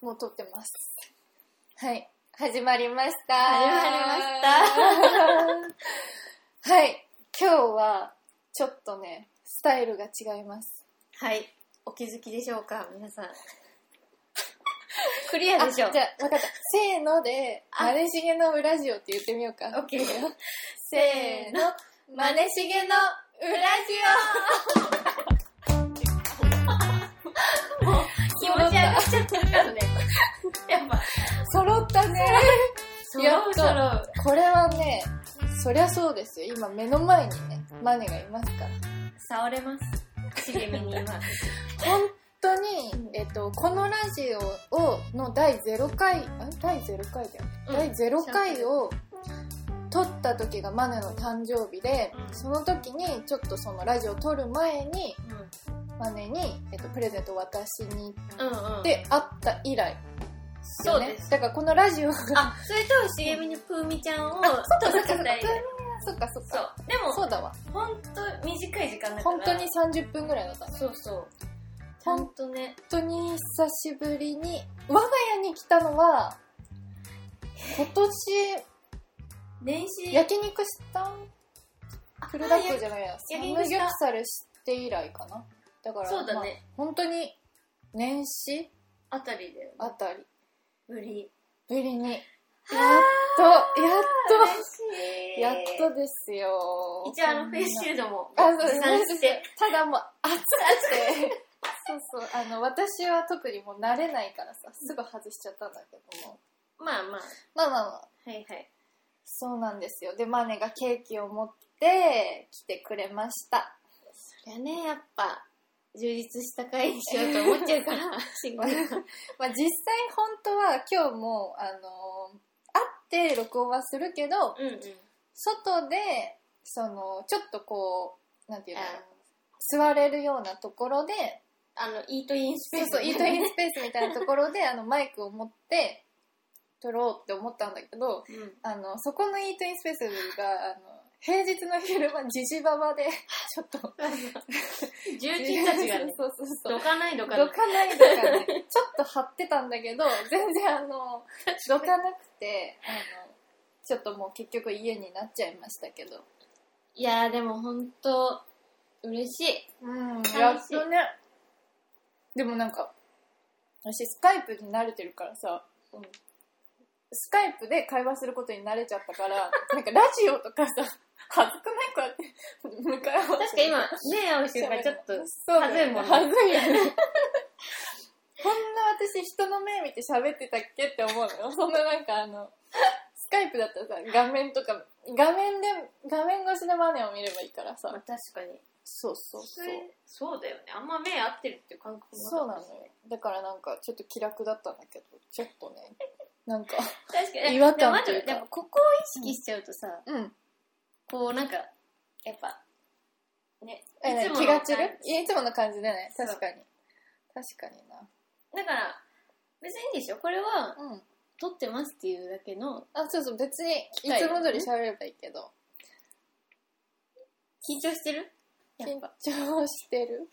もう撮ってます。はい。始まりました。始まりました。 はい。今日は、ちょっとね、スタイルが違います。はい。お気づきでしょうか皆さん。クリアでしょあじゃあ、わかった。せーので、あまねしげのウラジオって言ってみようか。オッケーだよ。せーの。まねしげの裏ラジオもう、気持ち上がっちゃってるからね。やっぱ、揃ったね。そやっろとそろ。これはね、そりゃそうですよ。今目の前にね、マネがいますから。触れます。茂みに今。本当に、えっと、このラジオをの第0回あ第0回だよね、うん第0回を撮った時がマネの誕生日で、うんその時にちょっとそのラジオ撮る前にうん。マネに、えっと、プレゼント渡しに行うんうん。って会った以来、ね、そうです。だからこのラジオがあ、それと、茂みにぷーみちゃんそを、とさっかそせっかたい。 そっかそっそかう。でも、そうだわほんと短い時間だから。本当に30分ぐらいだったそうそう。ちゃほんんとね、本当に久しぶりに我が家に来たのは今年年始焼肉したフルダックじゃないやサム焼ギ肉ョプしたサルして以来かなだからそうだまあね、本当に年始あたりであたりぶりぶりにやっはとやっ嬉しといやっとですよ一応あのフェイスシールドもあそう持参そうそうしてただもう暑くて そうそうあの私は特にもう慣れないからさすぐ外しちゃったんだけどもまあまあまあまあまあはいはいそうなんですよでマネがケーキを持って来てくれましたそりゃねやっぱ充実した回にしようと思っちゃうから シングルまあ、実際本当は今日も、あのー会って録音はするけどうんうん外でそのちょっとこうなんていうの座れるようなところであのイートインスペそーうそうスイートインスペースみたいなところであのマイクを持って撮ろうって思ったんだけどうんあのそこのイートインスペースがあの平日の昼間ジジババでちょっと重鎮たち がねそうそうそうどかないどかないどかないどかない。 ちょっと張ってたんだけど、全然あの、どかなくて、あの、ちょっともう結局家になっちゃいましたけど。いやーでも本当嬉しいうん、しいやっとね。でもなんか、私スカイプに慣れてるからさ、うんスカイプで会話することに慣れちゃった から、なんかラジオとかさ、恥ずくないこうやって、向かい合わ確か今目合う瞬間ちょっとそうだよねはずはずいよね。こんな私人の目見て喋ってたっけって思うのよ。そんななんかあの、スカイプだったらさ、画面とか、画面で、画面越しのマネを見ればいいからまあさ。確かにそうそうそう。そうだよねあんま目合ってるっていう感覚もそうなのよ。だからなんかちょっと気楽だったんだけど、ちょっとね、なんか、確かに違和感というでかもやっぱここを意識しちゃうとさ、うん。こうなんかやっぱねえの気が散感るいやいつもの感じだね。そう確かに。確かにな。じだから別にいいでしょこれはうん。撮ってますっていうだけのあ、そうそう、別に、い機会だつよねも通り喋ればいいけど。緊張してるや緊っぱ張して る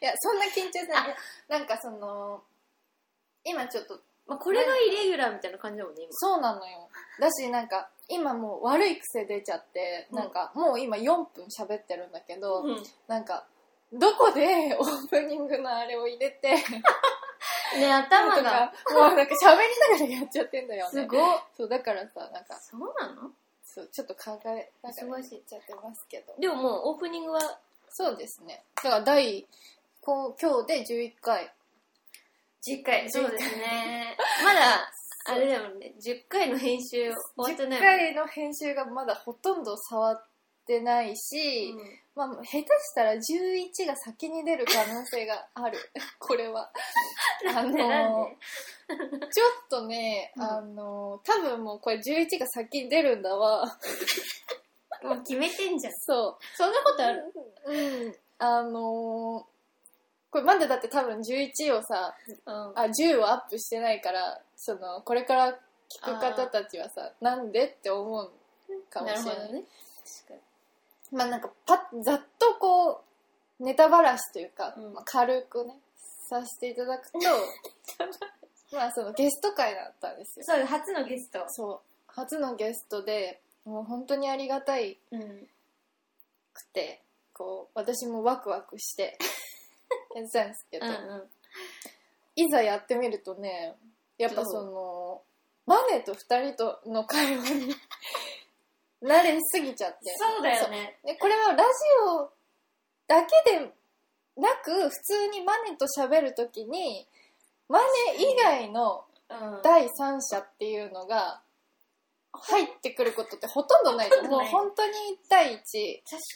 いやそんな緊張しないあいやなんかその今ちょっとまあ、これがイレギュラーみたいな感じだもんねそうなのよだしなんか今もう悪い癖出ちゃって、うんなんかもう今4分喋ってるんだけど、今、うん、なんかどこで オープニングのあれを入れてね頭がとかもうなんか喋りながらやっちゃってんだよねすごいそうだからさなんかそうなのそうちょっと考えながら忙やっしいちゃってますけどでももうオープニングはそうですねだから第こう今日で11回10回そうですね まだあれだもんね10回の編集終わっ10てないもんね回の編集がまだほとんど触ってないし、うんまあ、下手したら11が先に出る可能性が あるこれはなんでなんでちょっとね、うんあの多分もうこれ11が先に出るんだわ もう決めてんじゃん。そうそんなことあるうんあのこれまだだって多分11をさうん。あ10をアップしてないからそのこれから聞く方たちはさなんでって思うかもしれないね。まあなんかパッざっとこうネタばらしというか、うん まあ、軽くねさせていただくと確かに。まあそのゲスト会だったんですよそう、初のゲスト。そう初のゲストでもう本当にありがたいうん。くてこう私もワクワクして やってたんですけうど、んうん。いざやってみるとねやっぱそのマネと2人との会話に 慣れすぎちゃってそうだよね。でこれはラジオだけでなく普通にマネと喋るときにマネ以外のうん。第三者っていうのが入ってくることってほとんどないとほとんどもうない本当に1対1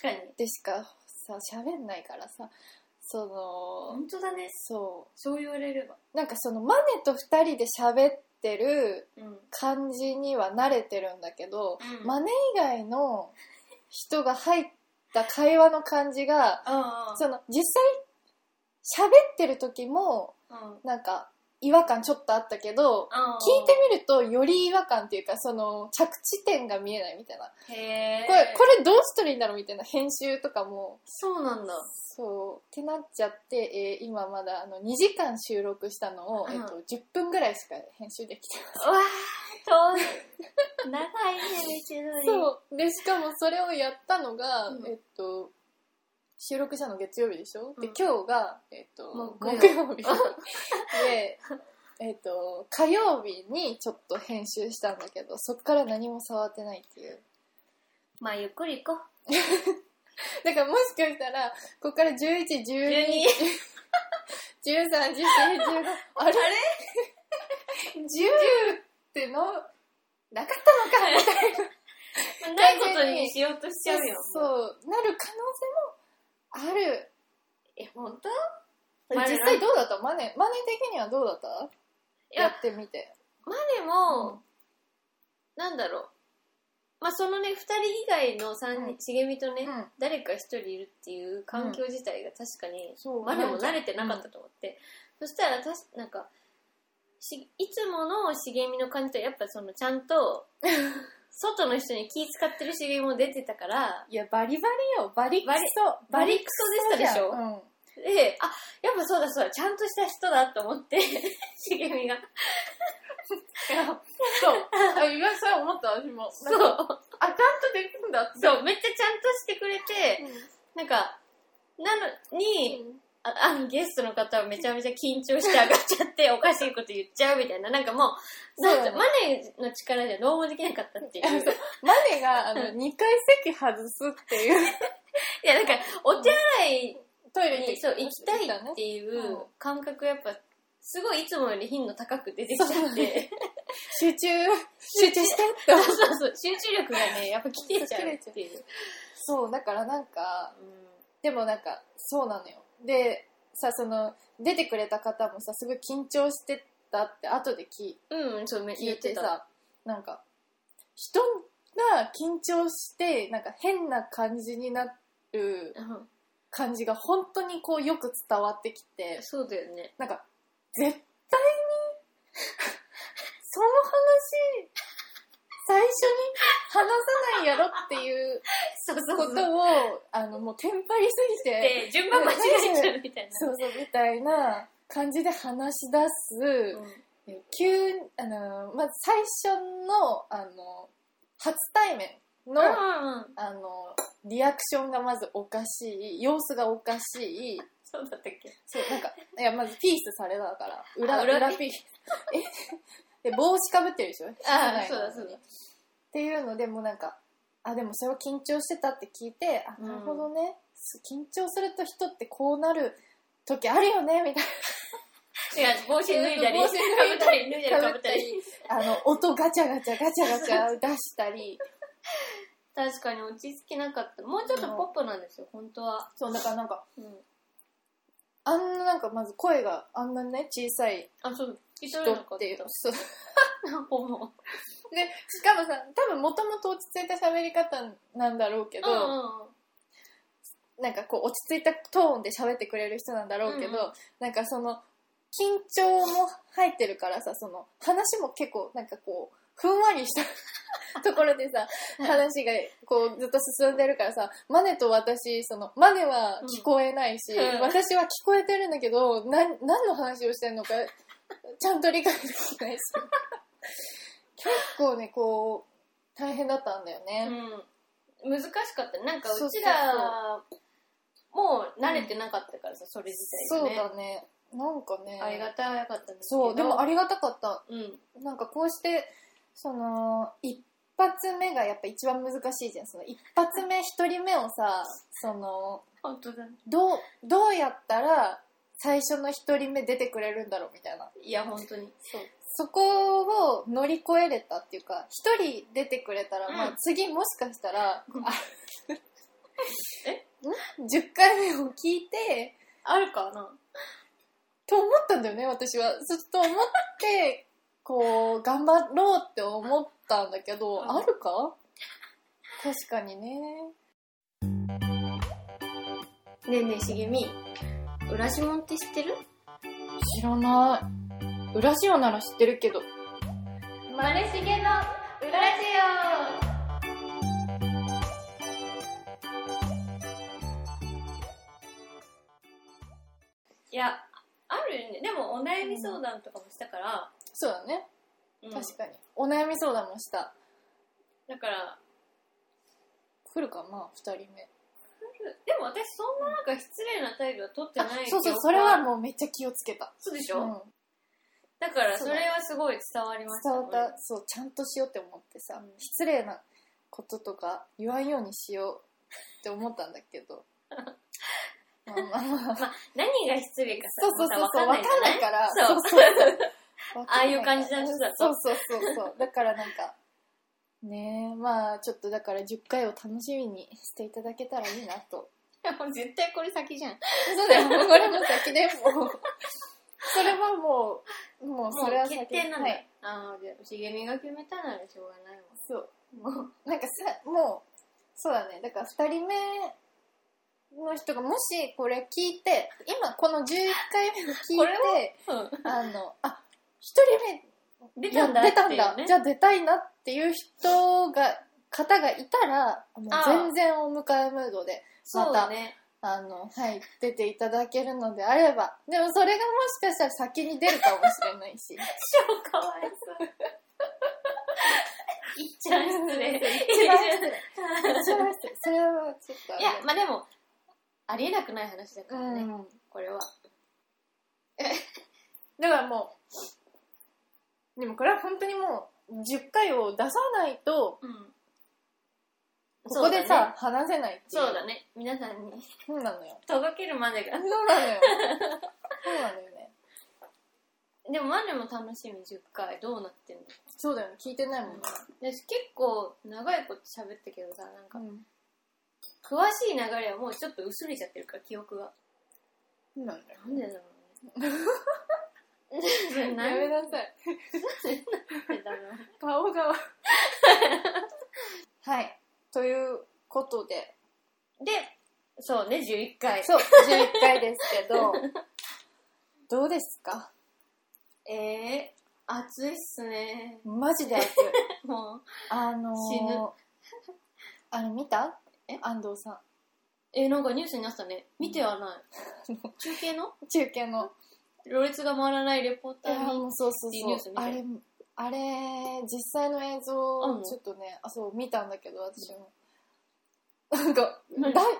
確かに。でしかさ喋んないからさその本当だね。そそう言われれば。うなんかそのマネと2人で喋ってるうん。感じには慣れてるんだけど、うんマネ以外の人が入った会話の感じがあその実際喋ってる時もあ。うん。なんか違和感ちょっとあったけどああ聞いてみるとより違和感っていうかその着地点が見えないみたいなへえ。これこれどうしたらいいんだろうみたいな編集とかもそうなんだ。そうってなっちゃって、えー今まだあの2時間収録したのを、うんえっと10分ぐらいしか編集できてうわあ、遠い。長いね、道のり。う。そうでしかもそれをやったのが、うんえっと収録したの月曜日でしょ、でうん今日が、えっと、木曜木曜日 で、えっと、火曜日にちょっと編集したんだけどそっから何も触ってないっていうまあ、ゆっくり行こう。だからもしかしたらここから1112131415あれ ?10 ってのなかったのかまあないことにしようとしちゃうよ。そうなる可能性もあるえ、本当実マネ際どうだったマネマネ的にはどうだったいややってみてまあでも、なんだろう。まあそのね、2人以外の三う人、茂みとね、うん誰か1人いるっていう環境自体が確かに、そうまあでも慣れてなかったと思って。そしたら、たしなんか、しいつもの茂みの感じとやっぱそのちゃん と、外の人に気使ってる茂みも出てたから、いやバリバリよバリクソバリクソでしたでしょバリクソじゃんうんで、あ、やっぱそうだそうだ、ちゃんとした人だと思って、 茂みが。そうあ意外とそれ思った私もそなんかう。あちゃんとできるんだってそう、めっちゃちゃんとしてくれて、なんか、なのに、あ あのゲストの方はめちゃめちゃ緊張して上がっち ゃって、おかしいこと言っちゃうみたいな、なんかもう、そうなだんねかマネの力じゃどうもできなかったっていう。あそうマネがあの2回席外すっていう いや、なんか、お手洗いトイレににそう行きたいねっていううん感覚やっぱ、すごいいつもより頻度高く出てきちゃって、集中集中してって思っ そたうそうそう、集中力が ね、やっぱ切れちゃうっていう。そうだからなんかうんでもなんかそうなのよでさその出てくれた方もさすごい緊張してたって後で聞いうん、そう、め聞言っいててた。さなんか人が緊張してなんか変な感じになるうん感じが本当にこうよく伝わってきてそうだよね。なんか絶対にその話最初に話さないやろっていうそうそうこそう。とをあのもうテンパりすぎて。で、順番間違えちゃうみたいな。 そうそうみたいな感じで話し出す、うんえ急にあのまず最初のあの初対面の、うんうん、あのリアクションがまずおかしい様子がおかしいそうだったっけそうなんかいやまずピースされたから裏あ裏裏ピースえ で帽子かぶってるでしょ室あ内そうなのにだそうだっていうのでもうなんかあでもそれは緊張してたって聞いてあうんなるほどね、す緊張すると人ってこうなる時あるよねみたいな。違う帽子脱いだり帽か子ぶ脱っいたり脱いだりかかぶぶっったたりり、あの、音ガチャガチャガチャガチャ出したり、確かに落ち着きなかったもうちょっとポップなんですよ本当は、そう、だからなんか、うん、あんななんかまず声があんなね、小さいあそう聞き人取れなかっっていう。たそうで、 なんかもしかもさ、多分もともと落ち着いた喋り方なんだろうけうど、なんかこう落ち着いたトーンで喋ってくれる人なんだろうけど、うんうんなんかその、緊張も入ってるからさ、その、話も結構なんかこう、ふんわりした ところでさ、話がこうずっと進んでるからさ、マネと私、その、マネは聞こえないし、うんうん私は聞こえてるんだけど、なん、何の話をしてんのかちゃんと理解でき ないし。結構ね、こう、大変だったんだよね。うん、難しかったなんかそうそううそうちらもう慣れてなかったからさ、それ自体そうがねだね。なんかね。ありがたかったんですけどそう、でもありがたかった。うんなんかこうして、その、一発目がやっぱ一番難しいじゃん。その一発目、一人目をさ、その、本当だねどう、どうやったら最初の一人目出てくれるんだろうみたいな。いや本当にそうそこを乗り越えれたっていうか、一人出てくれたら、うんまあ次もしかした ら、うんあ えん ?10 回目を聞いて、あるかなと思ったんだよね、私は。ずっと思って、こう、頑張ろうって思ったんだけど、うんあるか確かにね。ねえねえ茂み浦島って知ってる知らない。裏塩なら知ってるけど。マネしげの浦島いやあるよねでもお悩み相談とかもしたから、そうだね。うん確かに。お悩み相談もした。だから来るかな、二人目。でも私そんななんか失礼な態度は取ってあないそうそう、記憶それはもうめっちゃ気をつけた。そうでしうょ、ん、だからそれはすごい伝わりました伝わった、そう、ちゃんとしようって思ってさ、うん失礼なこととか言わんようにしようって思ったんだけ ど。まあまあまあ。何が失礼かさそうそうそうそう、わまかんた分かんないないから。じゃないそうそうそうああいう感じの人だとそうそうそうそう。だからなんか、ねえ、まあちょっとだから10回を楽しみにしていただけたらいいなと。 もう絶対これ先じゃんそうだよ、これも先でもう。 それはもう、もうもそれはう先決定なんだ、はいああじゃあ茂みが決めたならしょうがないわそう。もうなんかさ、もう、そうだね。だから2人目の人がもしこれ聞いて、今この11回目を聞こいれて、あの、あ、一人目出たんだいや出たんっだていうねじゃあ出たいなっていう人が、方がいたら、もうあー全然お迎えムードで、そうだねあの、はい、出ていただけるのであれば、でもそれがもしかしたら先に出るかもしれない し。超かわいそういっちゃん失礼一番失礼それはそれはちょっとあいれやまあでもありえなくない話だからね、うん。これはだからもう、でもこれは本当にもう、10回を出さないと、うんここでさ、話せないっていう。そうだね皆さんにそうなのよ。届けるまでそがうなの よ。そうなのよね。でもマネも楽しみ10回どうなってんのそうだよね。聞いてないもんね。私結構長いこと喋ったけどさなんかうん。詳しい流れはもうちょっと薄れちゃってるから記憶がそうなんだよ。なんでだろ うねやなんめでなさい。だろ顔 が。はい。ということで、うでそうね11回そう、11回ですけど、 どうですかえー、暑いっすね マジで熱い。もう あのー、死ぬ あれ見たえ安藤さえなんかニュースになってたね見てはない中継のん。中継の。ろれつが回らないレポーいタや、ーにもうそうそうっていうニューそスう。見てあれ、あれ、実際の映像あをんのちょっとね、あ、そう、見たんだけど、私も。なんか、だ心配何になっ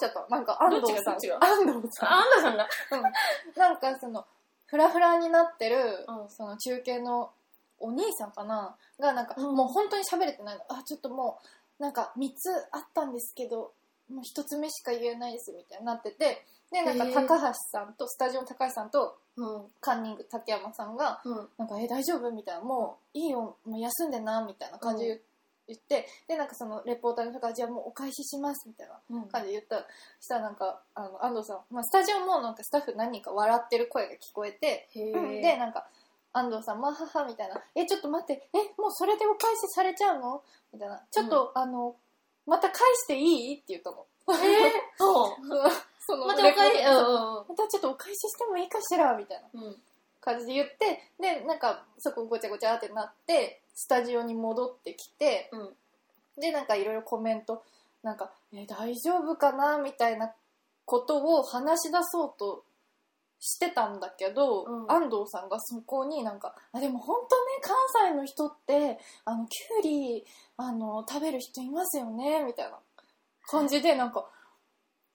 ちゃった。なんか、安藤さん。どっちが安藤さん。あ安藤さんだうんなんかそのフラフラになってる、うんその中継のお兄さんかながなんか、うんもう本当に喋れてないのあちょっともうなんか3つあったんですけどもう1つ目しか言えないですみたいになっててでなんかへー高橋さんとスタジオの高橋さんとうんカンニング竹山さんがうんなんか「え大丈夫?」みたいな「もういいよもう休んでな」みたいな感じで言言って、でなんかそのレポーターの人が「じゃあもうお返しします」みたいなうん感じで言ったらしたらなんかあの安藤さん、まあ、スタジオもなんかスタッフ何人か笑ってる声が聞こえて、へえでなんか安藤さん「まあはは」みたいな「えちょっと待ってえもうそれでお返しされちゃうの?」みたいな「ちょっと、あのまた返していい?」って言ったの。えー、そう そのまたお返し、レポートうまたちょっとお返ししてもいいかしらみたいなんうんうん。うん。感じで言ってでなんかそこごちゃごちゃってなってスタジオに戻ってきて、うん。でなんかいろいろコメントなんか、え大丈夫かなみたいなことを話し出そうとしてたんだけど、うん安藤さんがそこになんかあでも本当ね関西の人ってあのキュウリあの食べる人いますよねみたいな感じでなんか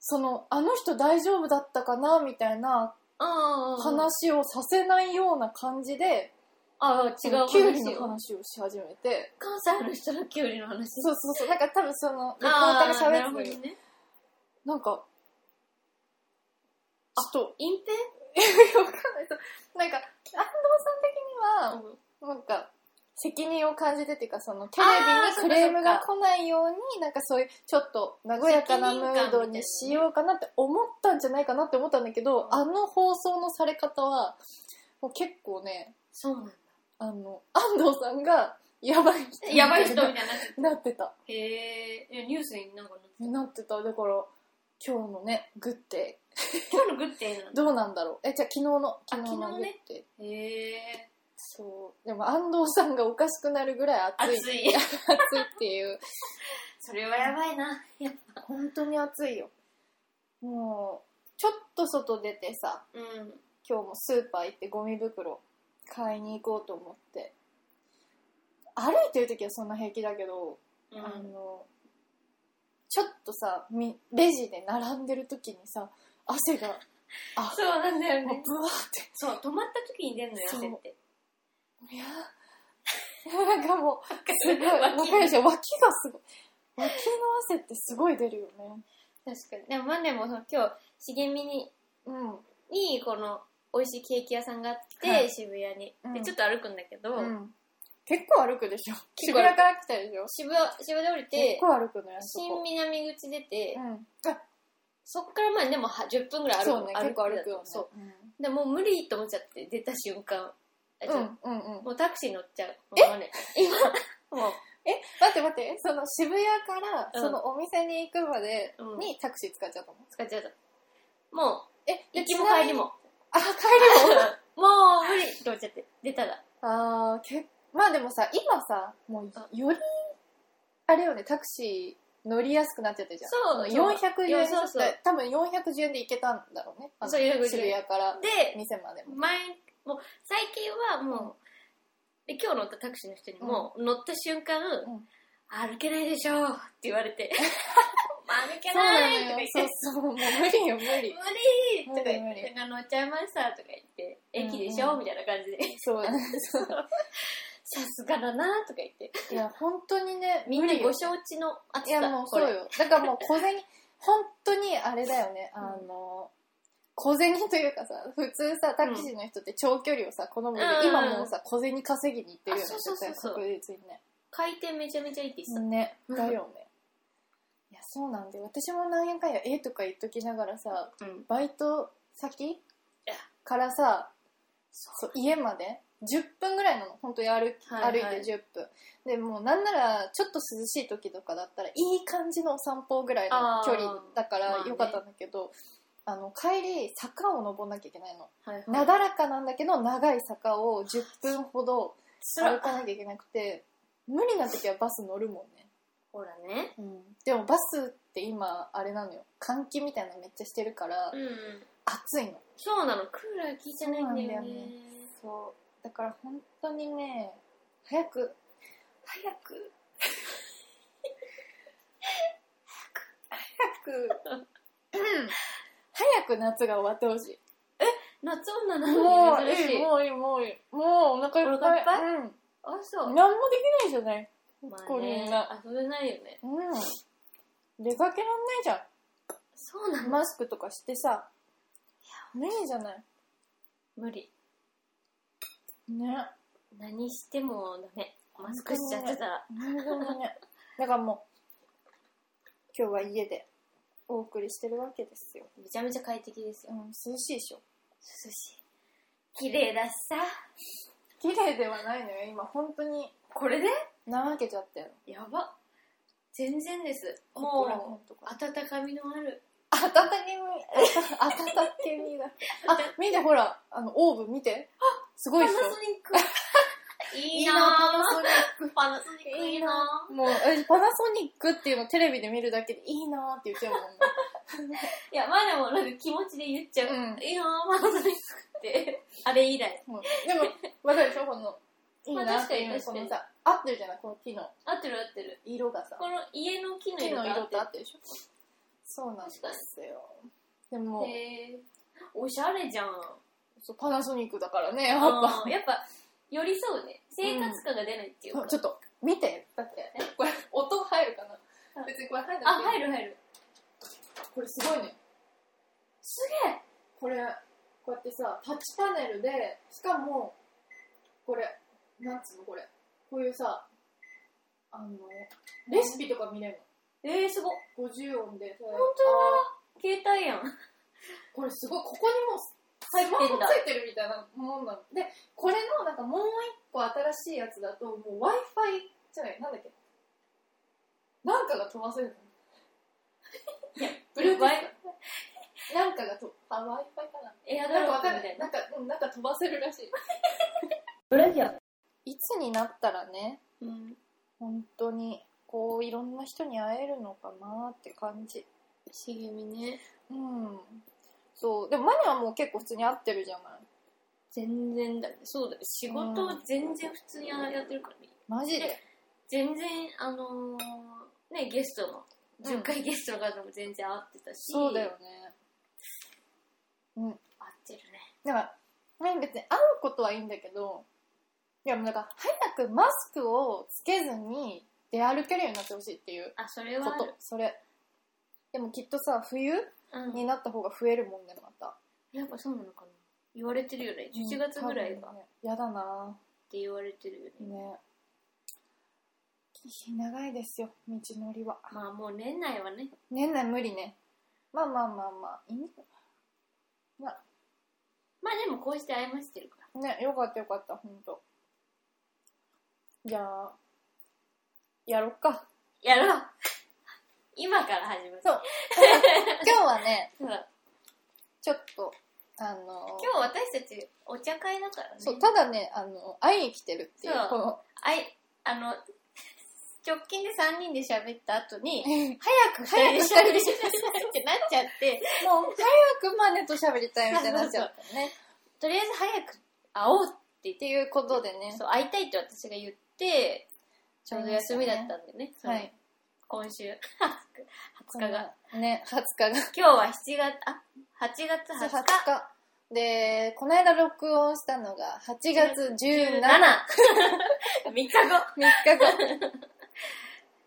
そのあの人大丈夫だったかなみたいなああ話をさせないような感じで、ああ違うキュウリ話のよ話をし始めて関西の人のキュウリの話そうそうそうなんか多分そのレポーあターがあな喋るほっどてるねなんかちょっと隠わかんないそうなんか安藤さん的には蔽なんか責任を感じてっていうかそのテレビにクレームが来ないようになんかそういうちょっと和やかなムードにしようかなって思ったんじゃないかなって思ったんだけどあの放送のされ方はもう結構ねそうなんだあの安藤さんがやばい人やばい人みたいなななってたへえいやニュースになんか載ってなってただから今日のねグッてた今日のグッデイなんだどうなんだろうえじゃあ昨日の昨日の昨グッ日ねて、へえそうでも安藤さんがおかしくなるぐらい暑い暑暑いいっていうそれはやばいなやっぱ 本当に暑いよもうちょっと外出てさうん今日もスーパー行ってゴミ袋買いに行こうと思って歩いてる時はそんな平気だけど、うあんのちょっとさみレジで並んでる時にさ汗があそうなんだよもうねブワーってそう止まった時に出るのよそう汗っていやーなんかもうすごいわ 脇かるでしょ脇がすごい脇の汗ってすごい出るよね確かにでもまあでもその今日茂みにうんにこの美味しいケーキ屋さんがあって、はい渋谷に、うでんちょっと歩くんだけど、うん結構歩くでしょ結渋構歩谷くから来たでしょ渋谷渋谷で降り結て構歩くのよあそ新こ南口出て、うんあそっからまあでもは10分ぐらい歩くそうね結構歩くよねそううんでもう無理と思っちゃって出た瞬間あちょうんうんうんもうタクシー乗っちゃうえまね、今もうえ待って待ってその渋谷からうんそのお店に行くまでうんにタクシー使っちゃったの使っちゃったもえうで行きもち帰りなみにもあ帰りも もう無理と思っちゃって出たらあーけまあでもさ今さもうよりあれよねタクシー乗りやすくなっちゃってるじゃんそう410円そうそうで多分410円で行けたんだろうねあのそう410円渋谷からで店までも前もう最近はもう、で今日乗ったタクシーの人にも、乗った瞬間、ん歩けないでしょうって言わ れて歩けそうななのいとか言よっそうてそうもう無理よ無理無理と無か理言無っ理てなんか乗っちゃいましたとか言って駅でしうょ、んうんみたいな感じで そうだねさすがだなとか言っていや本当にねみんな無理よご承知の暑いさやもうこそれうよだからもう小 銭本当にあれだよねうあんの小銭というかさ普通さタクシーの人って長距離をさ好むけど、うん今もうさ小銭稼ぎに行ってるよねあそうそうそうそう絶対確実にね回転めちゃめちゃいいって言ってた、ね、うんだよね。いや、そうなんで、私も何円かんや、えーとか言っときながらさ、うんバイト先やからさ、そう家まで10分ぐらいなの、本当に歩,、はいはい歩いて10分。でもうなんなら、ちょっと涼しい時とかだったら、いい感じのお散歩ぐらいのあー距離だかまあらねよかったんだけど、あの帰り坂を登んなきゃいけないのはいはいなだらかなんだけど長い坂を10分ほどそら歩かなきゃいけなくて無理な時はバス乗るもんねほらねでもバスって今あれなのよ換気みたいなのめっちゃしてるから、うん暑いのそうなのクーラー効いてないんだそうなよねんだよねそうだから本当にね早 く早く早く早く夏が終わってほしい夏女なものうに珍しいいいもういいもういいもうお腹いっおぱ腹いいっぱいうん、あそう、何もできないじゃないまあこうみんな遊べないよねうん出かけらんないじゃんそうなの、マスクとかしてさ無理じゃない無理ね何してもダメマスクしちゃってたら本当にねだからもう今日は家でお送りしてるわけですよ、めちゃめちゃ快適ですうよん、涼しいでしょ涼しい綺麗だしさ綺麗ではないのよ今本当にこれで怠けちゃったよやば全然ですここら辺もとうか温かみのある温けみ温 けみだあ見てほらあのオーブン見てすごいパっナしソニょック いいなパナソニぁパナソニックいいなもう私パナソニックっていうのテレビで見るだけでいいなーって言っちゃうもんねいや、前もなんか気持ちで言っちゃう。うんいやー、まだ作って。 あれ以来。もうでも、わかるでしょこの、いいまあなっ確かてにいう、確こかにのさ、合ってるじゃないこの木の合ってる合ってる。色がさ。この家の木の木色のが合色っっててる合ってるでしょそうなんですよ。でも、へーおしゃれじゃん。そうパナソニックだからね、やっあぱー。やっぱ、寄り添うね。生活感が出ないっていうか。ちょっと、見て。だって、これ、音入るかな別にこれ入るあ、入る入る。これすごいね。すげえこれ、こうやってさ、タッチパネルで、しかも、これ、なんつうのこれ。こういうさ、あの、レシピとか見れるえー、すごい。の。50音で。本本当だ携帯やん。これすごい、ここにもうスマホついてるみたいなもんなの。で、これのなんかもう一個新しいやつだと、もう Wi-Fi じゃない、なんだっけ。なんかが飛ばせるの。いや、ブルー Wi-Fi。なんかがと、あ、Wi-Fi かな。エアドなんロかわップかんみなたいい。な。なんか、うんなんか飛ばせるらしい。ブラジャー。いつになったらね、うん。本当に、こう、いろんな人に会えるのかなって感じ。茂みね。うん。そう。でも、マニはもう結構普通に会ってるじゃない。全然だね。そうだね。仕事うん全然普通にやってるからね。マジでで。全然、あのー、ね、ゲストも、うん10回ゲストの方も全然会ってたし。そうだよ。ね。合ってるね。だから、ね、別に会うことはいいんだけど、いやもうなんか早くマスクをつけずに出歩けるようになってほしいっていうあ、それこはあとる、それ。でもきっとさ、冬うん。になった方が増えるもんね、また。やっぱそうなのかな。言われてるよね。11月ぐらいが多っ分ね。やだなて言われてるよね。ぁ。ね。長いですよ、道のりは。まあもう年内はね。年内無理ね。まあまあまあまあ、いいね。まあでもこうして会いましてるから。ね、よかったよかった、ほんと。じゃあ、やろっか。やろう 今から始める。そう 今日はね、そうだちょっと、あの今日私たちお茶会だからね。そう、ただね、あの、会いに来てるっていう、そうこの、あい、あの、直近で3人で喋った後に、早く早く2二人人で喋でりたいってなっちゃって、もう、早くマネと喋りたいみたいになっちゃったね。とりあえず早く会おうって言っってて、いうことでね、そう、会いたいって私が言って、ちょうど休みだったんでね、そのはい。今週、20 こ日のが。。ね、20日が。今日は7月、あ、8月20 20日。日。で、この間録音したのが、8月17 7 3日3日後。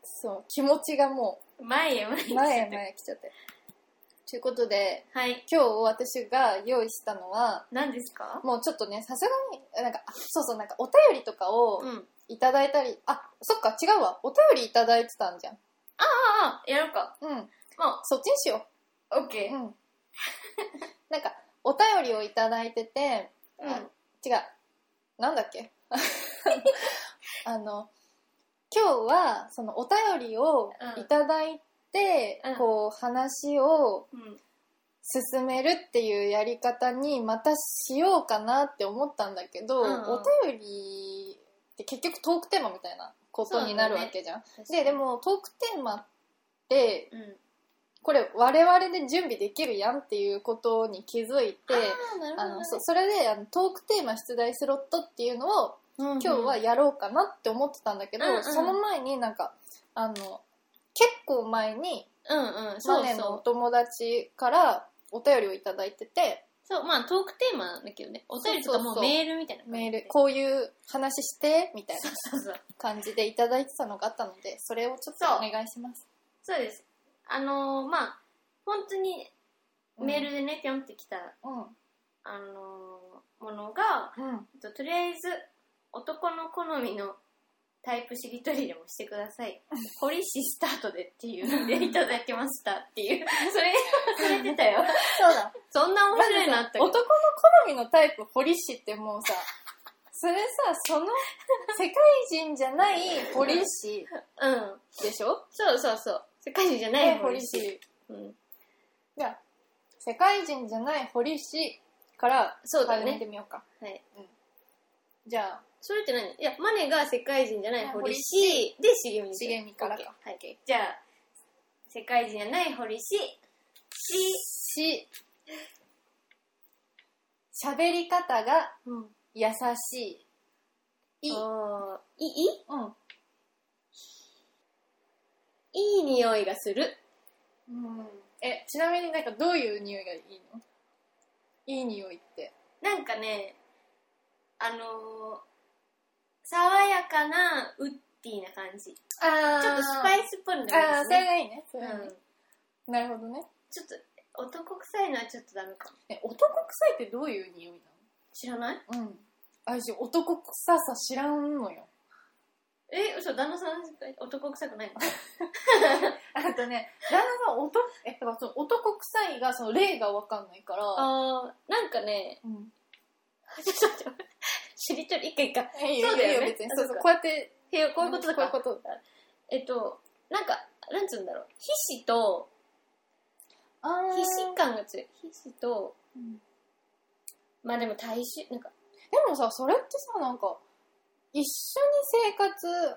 そう、気持ちがも後。前へ前へ来う、て前へ前へ来ちゃって。ということで、はい。今日私が用意したのは、何ですかもうちょっとね、さすがに、なんか、あそうそう、なんかお便りとかをうん。いただいたり、あ、そっか、違うわ。お便りいただいてたんじゃん。ああ、やろうか。うん。もそっちにしよう、オッう。ケうー。 ん。なんか、お便りをいただいてて、うん。あ違う。なんだっけ あの、今日は、そのお便りをいただいて、うんこう、話をうん。進めるっていうやり方にまたしようかなって思ったんだけど、うんうんお便りって結局トークテーマみたいなことになるわけじゃん。で、で、もトークテーマって、うん。これ我々で準備できるやんっていうことに気づいて、あーなるほどねあのそそれであのトークテーマ出題スロットっていうのを今今日はやろうかなって思ってたんだけど、うんうんその前になんか、あの、結構前にうんうんそマうネのおそ友達からお便りをいただいてて、うそうまあトークテーマだけどねお便りとかもそうそうそううメールみたいな感じメーでル、こういう話して、みたいなそうそう感じでいただいてたのがあったので、それをちょっとお願いします。そうですあのーまあ本当にメールでねぴょんってきたうん。あのーものがうん。えっととりあえず男の好みのタイプしりとりでもしてくださ い「ポリシスタートで」っていうのでいただきましたっていう それ忘れてたよそうだ。そんな面白いなあったけ男のど好みのタイプ、堀氏ってもうさ、それさ、その、世界人じゃない堀氏うんでしょそうそうそう世界中じゃないポ堀リシ氏。うんじゃあ、世界人じゃない堀氏からそうだね始めてみようか。はいじゃあ、それって何いや、マネが世界人じゃない堀氏で、茂み茂みからか。オッケーはい。じゃあ、世界人じゃない堀氏、し、し、喋り方がうん、優しい。い、あーいいうん。いい匂いがする。うん、え、ちなみになんかどういう匂いがいいのいい匂いって。なんかね、あのー、爽やかなウッディな感じ。ちあょっとスパイスっぽいのがいいああ、ですそれね。がいいね。それがいいうん、なるほどねちょっと男臭いのはちょっとダメかも。ね男臭いってどういう匂い知らないなのうん。私、男臭さ知らんのよ。え、嘘、旦那さん男臭くないのあとね、旦那さん男、え、だからその男臭いが、その例がわかんないから、あー、なんかね、 うん。ちょっと待って、しりとり、一回一回。いいよそうだよねいい別に。あそうそ、そうっかこうやって、へえこういうことだから。こういうことえっと、なんか、なんつうんだろう。皮脂と、あ皮ー脂感が強い。皮脂と、うんまあでも体臭、なんか、でもさ、それってさ、なんか、一緒に生活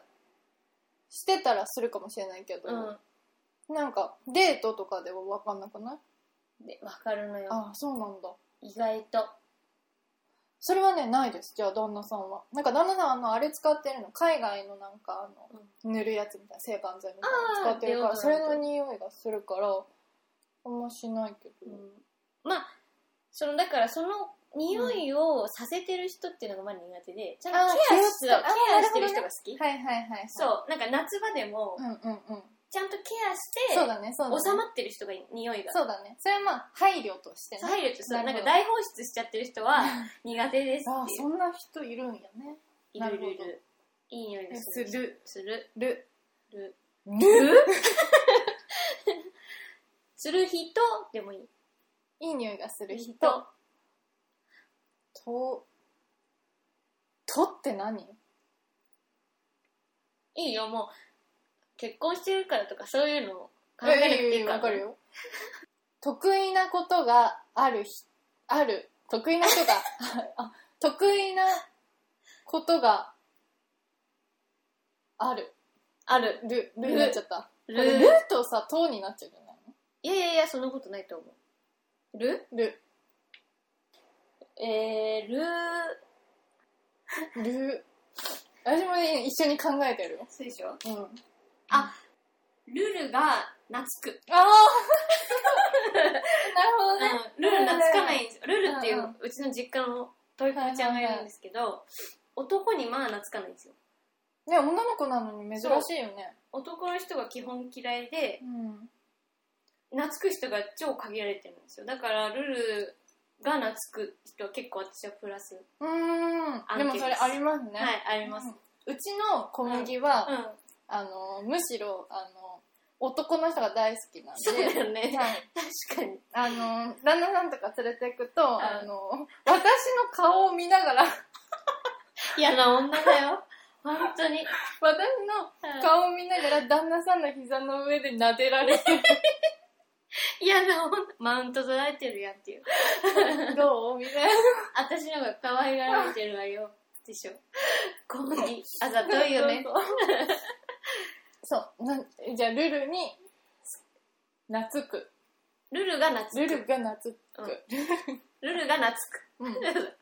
してたらするかもしれないけど、うん。なんか、デートとかでは分かんなくない、で、わかるのよ。ああ、そうなんだ。意外と。それはね、ないです。じゃあ、旦那さんは。なんか、旦那さんはあの、あれ使ってるの。海外のなんか、あの、塗るやつみたいな、制汗剤みたいなの使ってるかあら、ーそれの匂いがするから、あんましないけど。まあ、その、だからその、匂いをさせてる人っていうのがまあ苦手で、ちゃんとケアしあーケアケアしてる人が好き。はいはいはいはい。う。そう、なんか夏場でもう、んうんうん。ちゃんとケアして、そうだね、そうだね。収まってる人がいい匂いが。そうだね。それはまあ、配慮としてね。入るとそうななんるほかど大放出しちゃってる人は苦手ですあっあ、ていうそんな人いるんやね。いなるるいほどるいるいい匂いがすするる。す るる。るるする人でもいいいい匂いがする人。人と、とって何いいよもう結婚してるからとかそういうのを考えなくていいからわかるよ。 得意なことがあるひ、ある。得意なことが、 あ、得意なことが、ある。あるる、るるになっちゃった。こるれるとさ、とになっちゃうじゃないいやいやいやそんなことないと思うるのる、えー、るる。私もね、一緒に考えてるよ。そうでしょうん。ルルが懐く、ああ なるほどうね。ん、ルル懐かないんですよルルっていうんうううちの実家のトイプーちゃんがいるんですけど男にまあ懐かないんですよね、女の子なのに珍しいよね。男の人が基本嫌いでうん。懐く人が超限られてるんですよだからルルが懐く人は結構私はプラス、うーん。でもそれありますね。はいあります、うん。うちの小麦は、うんあの、むしろ、あの、男の人が大好きなんそうだで。よねはい、確かにあの旦那さんとか連れていくと、んあの私の顔を見ながら 嫌な女だよ本当に、私の顔を見ながら旦那さんの膝の上で撫でられて嫌な女マウント取られてるやんっていうどうみたいな私の方が可愛がられてるわよでしょ小麦あざといよねそうそうそうなんじゃあルルに懐くルルが懐ルくルが懐く、ルルが懐うんく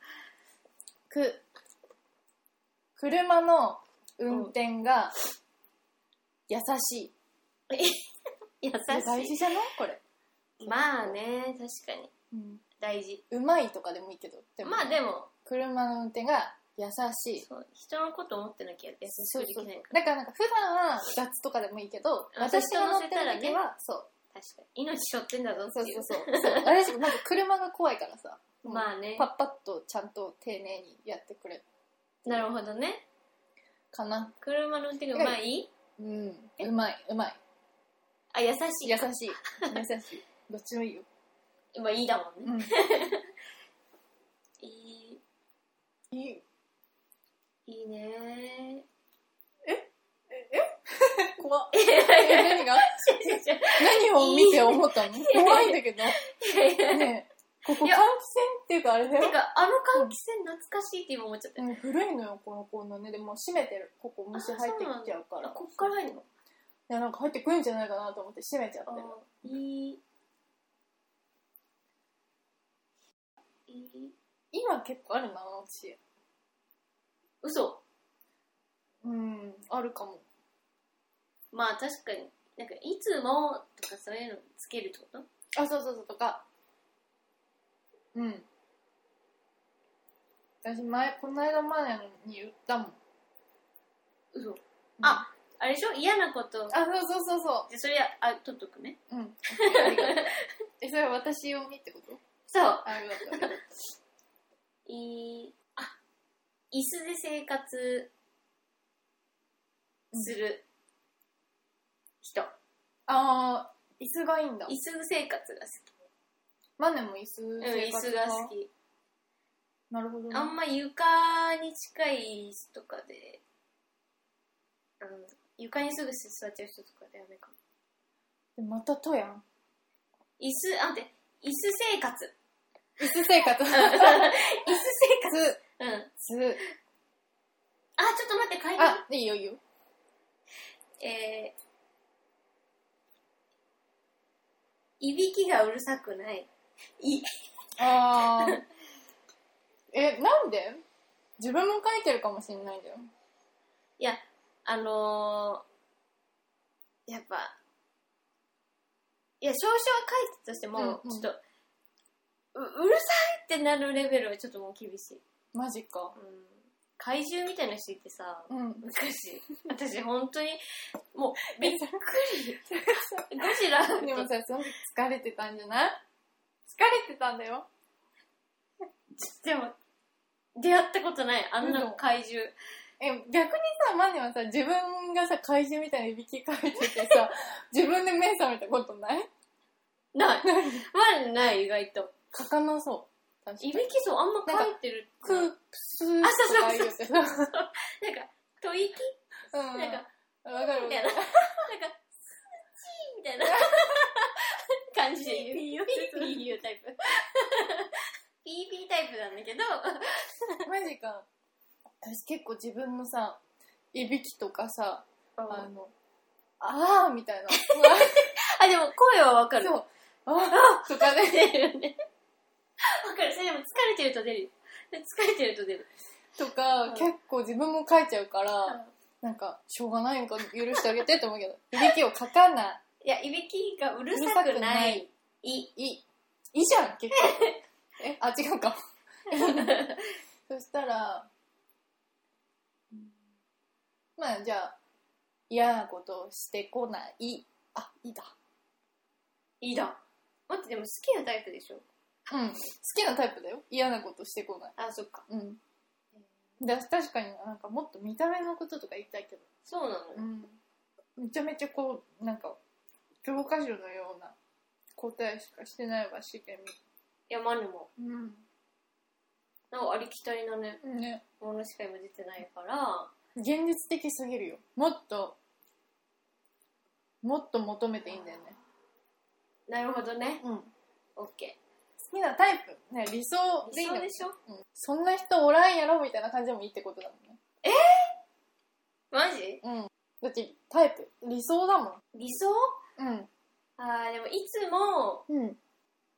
く車の運転が優しい。優大し事じゃないこれ。いまあね確かにうん。大事うまいとかでもいいけど。でもまあでも車の運転が優しい。そう人のこと思ってなきゃ優しくできないからだからなんか普段は雑とかでもいいけど、あ私が乗ってる人乗せた時らは、そう。確かに命背負ってんだぞそっうていそううそう。 そう私、まず車が怖いからさ。あ、まあねパッパッとちゃんと丁寧にやってくれるなるほどねかな。車の運転がうまいうん。うまい、うまい。あ優しい優しい。優しい。どっちもいいよ。まあいいだもんねうん。いいいい。いいね怖っ。ーいやい やいや何が何を見て思ったの怖いんだけど。ねえここ換気扇いやっていうかあれだてよ。かあの換気扇懐かしいって今思っちゃったうん、古いのよ、このコーナーね。でも閉めてる。ここ虫入ってきちゃうかあら。こっから入るのいや、なんか入ってくるんじゃないかなと思って閉めちゃってる。いい今結構あるな、私。嘘うん、あるかも。まあ確かになんかいつもとかそういうのつけるってことあ、そうそうそう、とか。うん。私、前、この間マネに言ったもん。嘘ああれでしょ嫌なことあ、そうそうそうそでそれあ取っとくねう。 うん。え、それは私用にってことそうあ、よか った。いあ椅子で生活する人、あー、椅子がいいんだ椅。子生活が好きマネも椅子うん生椅活子派が好きなるほどねあ。んま床に近い椅子とかで、うん、床にすぐ座っちゃう人とかでやめかもでまたとやん。椅子あ待って椅子生活 椅子生活。椅子生活つ、うんあちょっつ。と待って書いてあるあ、いいよいいよ。えーいびきがうるさくない。い、あー。え、なんで自分も書いてるかもしんないんだよ。いや、あのー、やっぱ、いや、少々は書いてたとしても、うんうんちょっとう、うるさいってなるレベルはちょっともう厳しい。マジか。うん、怪獣みたいな人いてさ、うん。昔、私本当に、も う、びっくり。ゴジラでもと、さ、その時疲れてたんじゃない疲れてたんだよ。でも、出会ったことない、あんな怪獣。え、逆にさ、マネはさ、自分がさ、怪獣みたいないびきかいてて さ、自分で目覚めたことないない。まあ、ない、意外と。書かなそう。確かいにび。きそう、あんま書いてる。く、なんか、くすとか言ってさ、吐息うん。なんか、わかるわみかたるいな。なんか、スチーみたいな感じで言う。ピー言うピーピー言うタイプ。ピーピータイプなんだけど、マジか。私結構自分のさ、いびきとかさ、あの、あーみたいな。 あ、でも声はわかる。そわう。あーとかね。出るよね。わかる。それでも疲れてると出るよ。で疲れてると出る。とかうん、結構自分も書いちゃうから、なんか、しょうがないんか許してあげてって思うけど、いびきを書かないや、いびきがうるさくうるさくなないい。い。い。いい、いいじゃん、結構。え、あ、違うか。 そしたら、うんまあ、じゃあ、嫌なことをしてこない。あ、いいだ。いいだ。待って、でも好きなタイプでしょうん。好きなタイプだよ。嫌なことしてこない。あ、そっか。うん。だ確かになんかもっと見た目のこととか言いたいけど、そうなのよ。ん、めちゃめちゃこうなんか教科書のような答えしかしてないわしけいや、マネも。みなんかありきたりなね、うんねものしか今出てないから、現実的すぎるよもっともっと求めていいんだよねなるほどね。うん好オッケきなタイプ、ね、理想ー。でいいんだそようでしょうん、そんな人おらんやろみたいな感じでもいいってことだもんねマジうんだってタイプ理想だもん理想うんあーでもいつもうん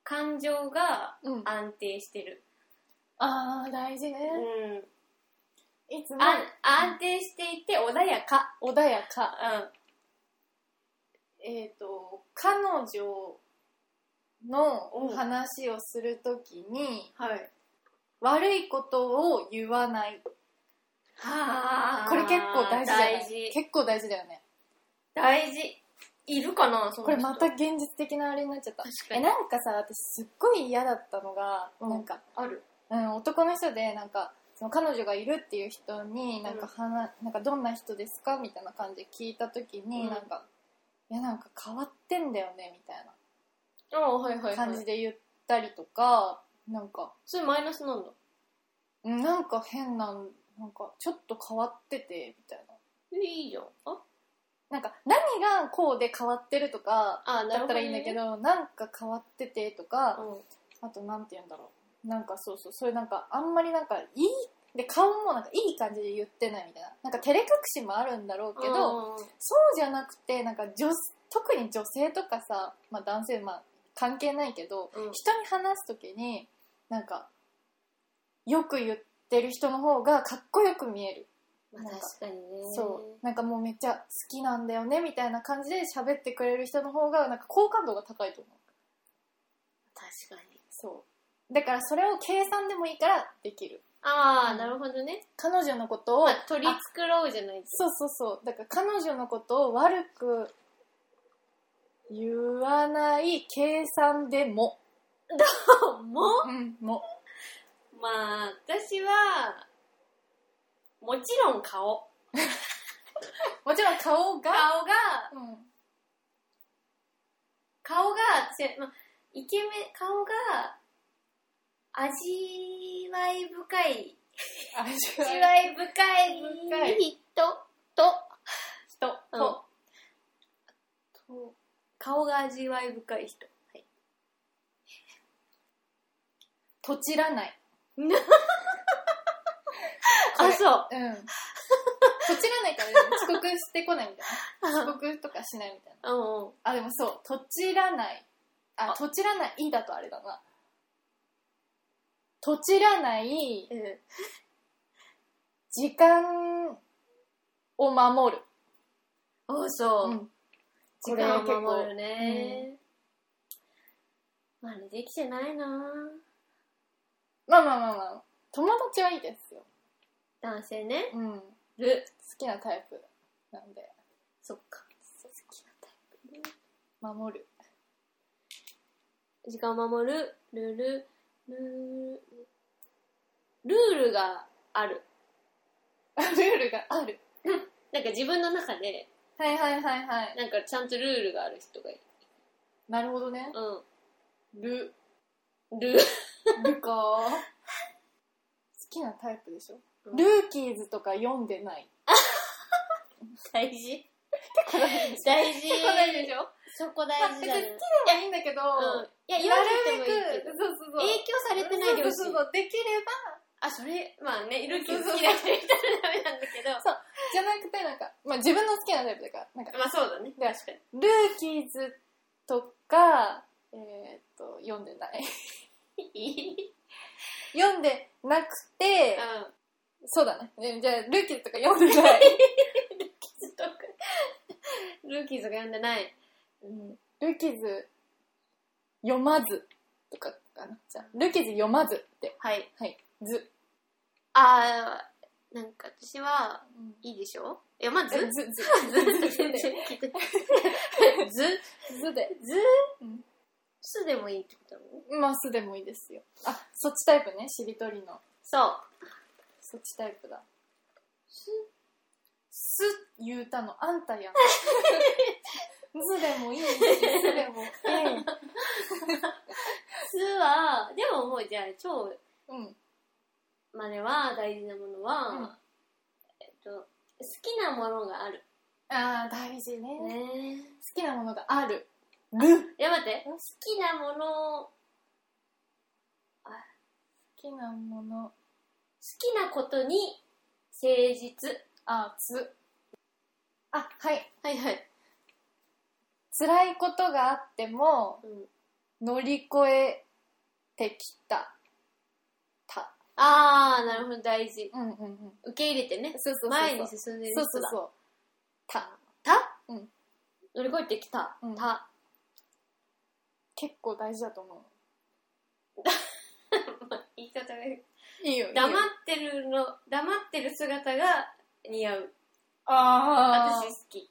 感情がうん安定してる。ああ大事ねうん。、いつもあ安定していて穏やか。穏やかうん。えっ、と彼女の話をするときにはい。悪いことを言わないはあ。これ結構大事だよね大事。結構大事だよね大事。いるかなその人これまた現実的なあれになっちゃった確かえに。なんかさ私すっごい嫌だったのが、うんなんか、ある。うん、男の人でなんかその彼女がいるっていう人になんか,、はななんかどんな人ですかみたいな感じで聞いたときに、うんなんかいやなんか変わってんだよねみたいああ、はいはいなは感いじ。で言ったりとかなんかそれマイナスなんだ。うんなんか変な、なんかちょっと変わってて、みたいな。いいじゃん。あなんか何がこうで変わってるとか、だあー、なるっほど、ね。たらいいんだけど、なんか変わっててとか、うん。あとなんて言うんだろう。なんかそうそう、そういうなんかあんまりなんかいい、で顔もなんかいい感じで言ってないみたいな。なんか照れ隠しもあるんだろうけど、うん、そうじゃなくて、なんか女、特に女性とかさ、まあ男性、まあ関係ないけど、うん人に話すときに、なんか、よく言ってる人の方がかっこよく見えるまあなんか確かにねそうなんかもうめっちゃ好きなんだよねみたいな感じで喋ってくれる人の方がなんか好感度が高いと思う確かにそうだからそれを計算でもいいからできるああ、うんなるほどね、彼女のことを、まあ、取り繕うじゃないですそうそうそうだから彼女のことを悪く言わない計算でも、かもうん、もまあ私はもちろん顔 もちろん顔が、顔がうん、顔がせ、まあ、イケメン顔が味わい深い味味わいわい深深いい人と人うんと、と顔が味わい深い人はいとちらないこれあそう うんとちらないからね遅刻してこないみたい な遅刻とかしないみたいなうんうんあでもそうとちらないああとちらないだとあれだなとちらないうん時間を守る、おうそう、うん時間を守るね、まあねできてないなまあまあまあまあ友達はいいですよ、男性ねうん、好るきなタイプなんでそっか好きなタイプね守る 時間を守るルールルールルールがあるあルールがあるなんか自分の中ではいはいはいはいなんかちゃんとルールがある人がいるなるほどねうんルルルカー好きなタイプでしょ、うんルーキーズとか読んでない大事大事結構大事でしょそこ大まあ事別だに好きねでもいいんだけど、うんいやなる言われてもいいべけくどそうそうそう影響されてないでほしいそうそうそうできればあそれまあねルーキー好きな人いたらダメなんだけどじゃなくてなんか、まあ、自分の好きなタイプだからなんかまあそうだね確かにルーキーズとかえーっと読んでない 読んでなくて、うそうだねねじゃあルーキーズとか読んでない、 んとかルーキーズが読んでないうんルーキーズ読まずとかかなじゃあルーキーズ読まずってはいはいず、あーなんか私はうん、いいでしょいやまあずえ ずずずずずずでずうんすでもいいってことだもんねまあすでもいいですよあそっちタイプねしりとりのそうそっちタイプだすす言うたのあんた やんずでもいいしすでもえすはでももうじゃあ超えうんまでは大事なものは、うんえっと好きなものがあるああ大事ね好ねきなものがあるるいや待ってうん好きなもの好好きなものきなことに誠実あつあはいはいはい、辛いことがあってもうん、乗り越えてきたたああなるほど大事うんうんうん受け入れてねそうそうそうそう前に進んでる人そうだそうそうたた、うん乗り越えてきた、うんた結構大事だと思う言い方がいいよ 黙ってるの黙ってる姿が似合うあ私あ好き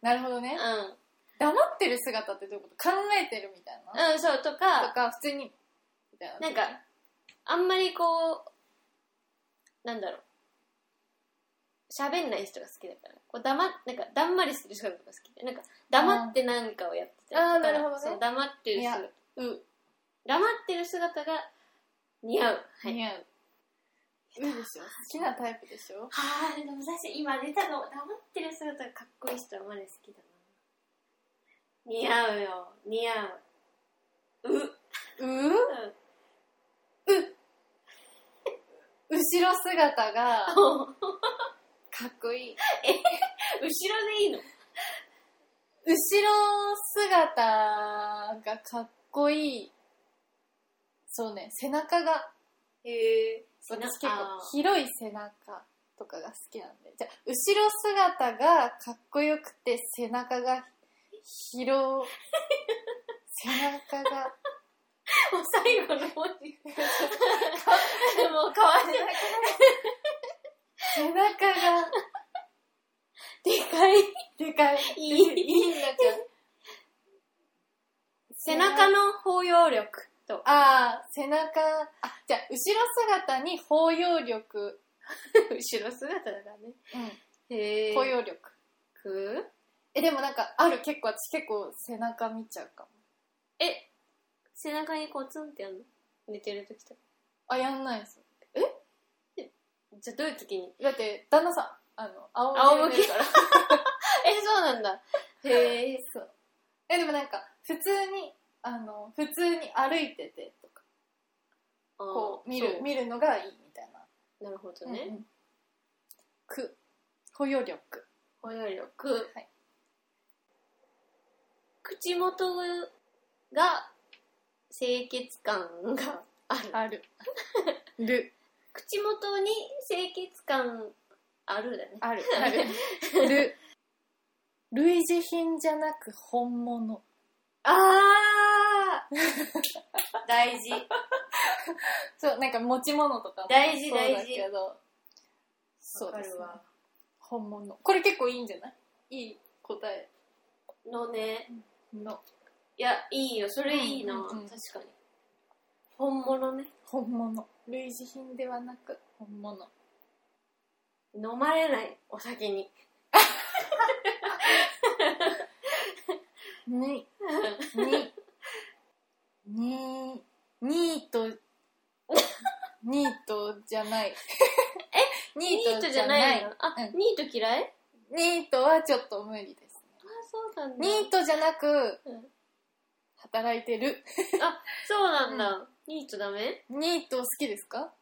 なるほどうねん黙ってる姿ってどういうこと考えてるみたいなうんそうとかとか普通にみたいななんかあんまりこうなんだろう喋んない人が好きだからこう黙っなんかだんまりする人が好きでなんか黙ってなんかをやってたりとかあーなるほどねそう黙ってるいや姿黙ってる姿が似合うはい似合ういいでしょ好きなタイプでしょはーでも私今出たの黙ってる姿がかっこいい人はまだ好きだな似合うよ似合うう、うん、う後ろ姿が後ろかっこいいでいいの後ろ姿がかっこいいそうね背中がへえ私結構広い背中とかが好きなんでじゃあ後ろ姿がかっこよくて背中が広背中がもう最後の文字でもうかわいい背中がでかいでかいいいいいんだけど背中の包容力とああ背中あじゃあ後ろ姿に包容力、後ろ姿だからねうん、へえ包容力くえでもなんかある結構私結構背中見ちゃうかもえ背中にこうツンってやるの寝てる時とかあやんないですじゃあどういう時にだって旦那さんあの仰仰向向けけでからえそうなんだへえそう えでもなんか普通にあの普通に歩いててとかこう見る見るのがいいみたいなるほどな、ね、うんうんく包容力包容力、はい口元が清潔感があるあ るる口元に清潔感あるだねある あるる類似品じゃなく本物あー 大事そうなんか持ち物とかも大事そうだ大事けどそうですねわか本物これ結構いいんじゃないいい答えるわのねのいやいいよそれいいな、うんうんうん確かに本物ね本物類似品ではなく本物飲まれないお酒にに、に、に、ニー ト、ニートじゃない。えニニートじゃ ないのあ、うんニート嫌いあニートはちょっと無理です。そうなんだニートじゃなくうん、働いてる。そうなんだ、ニートダメニート好きですか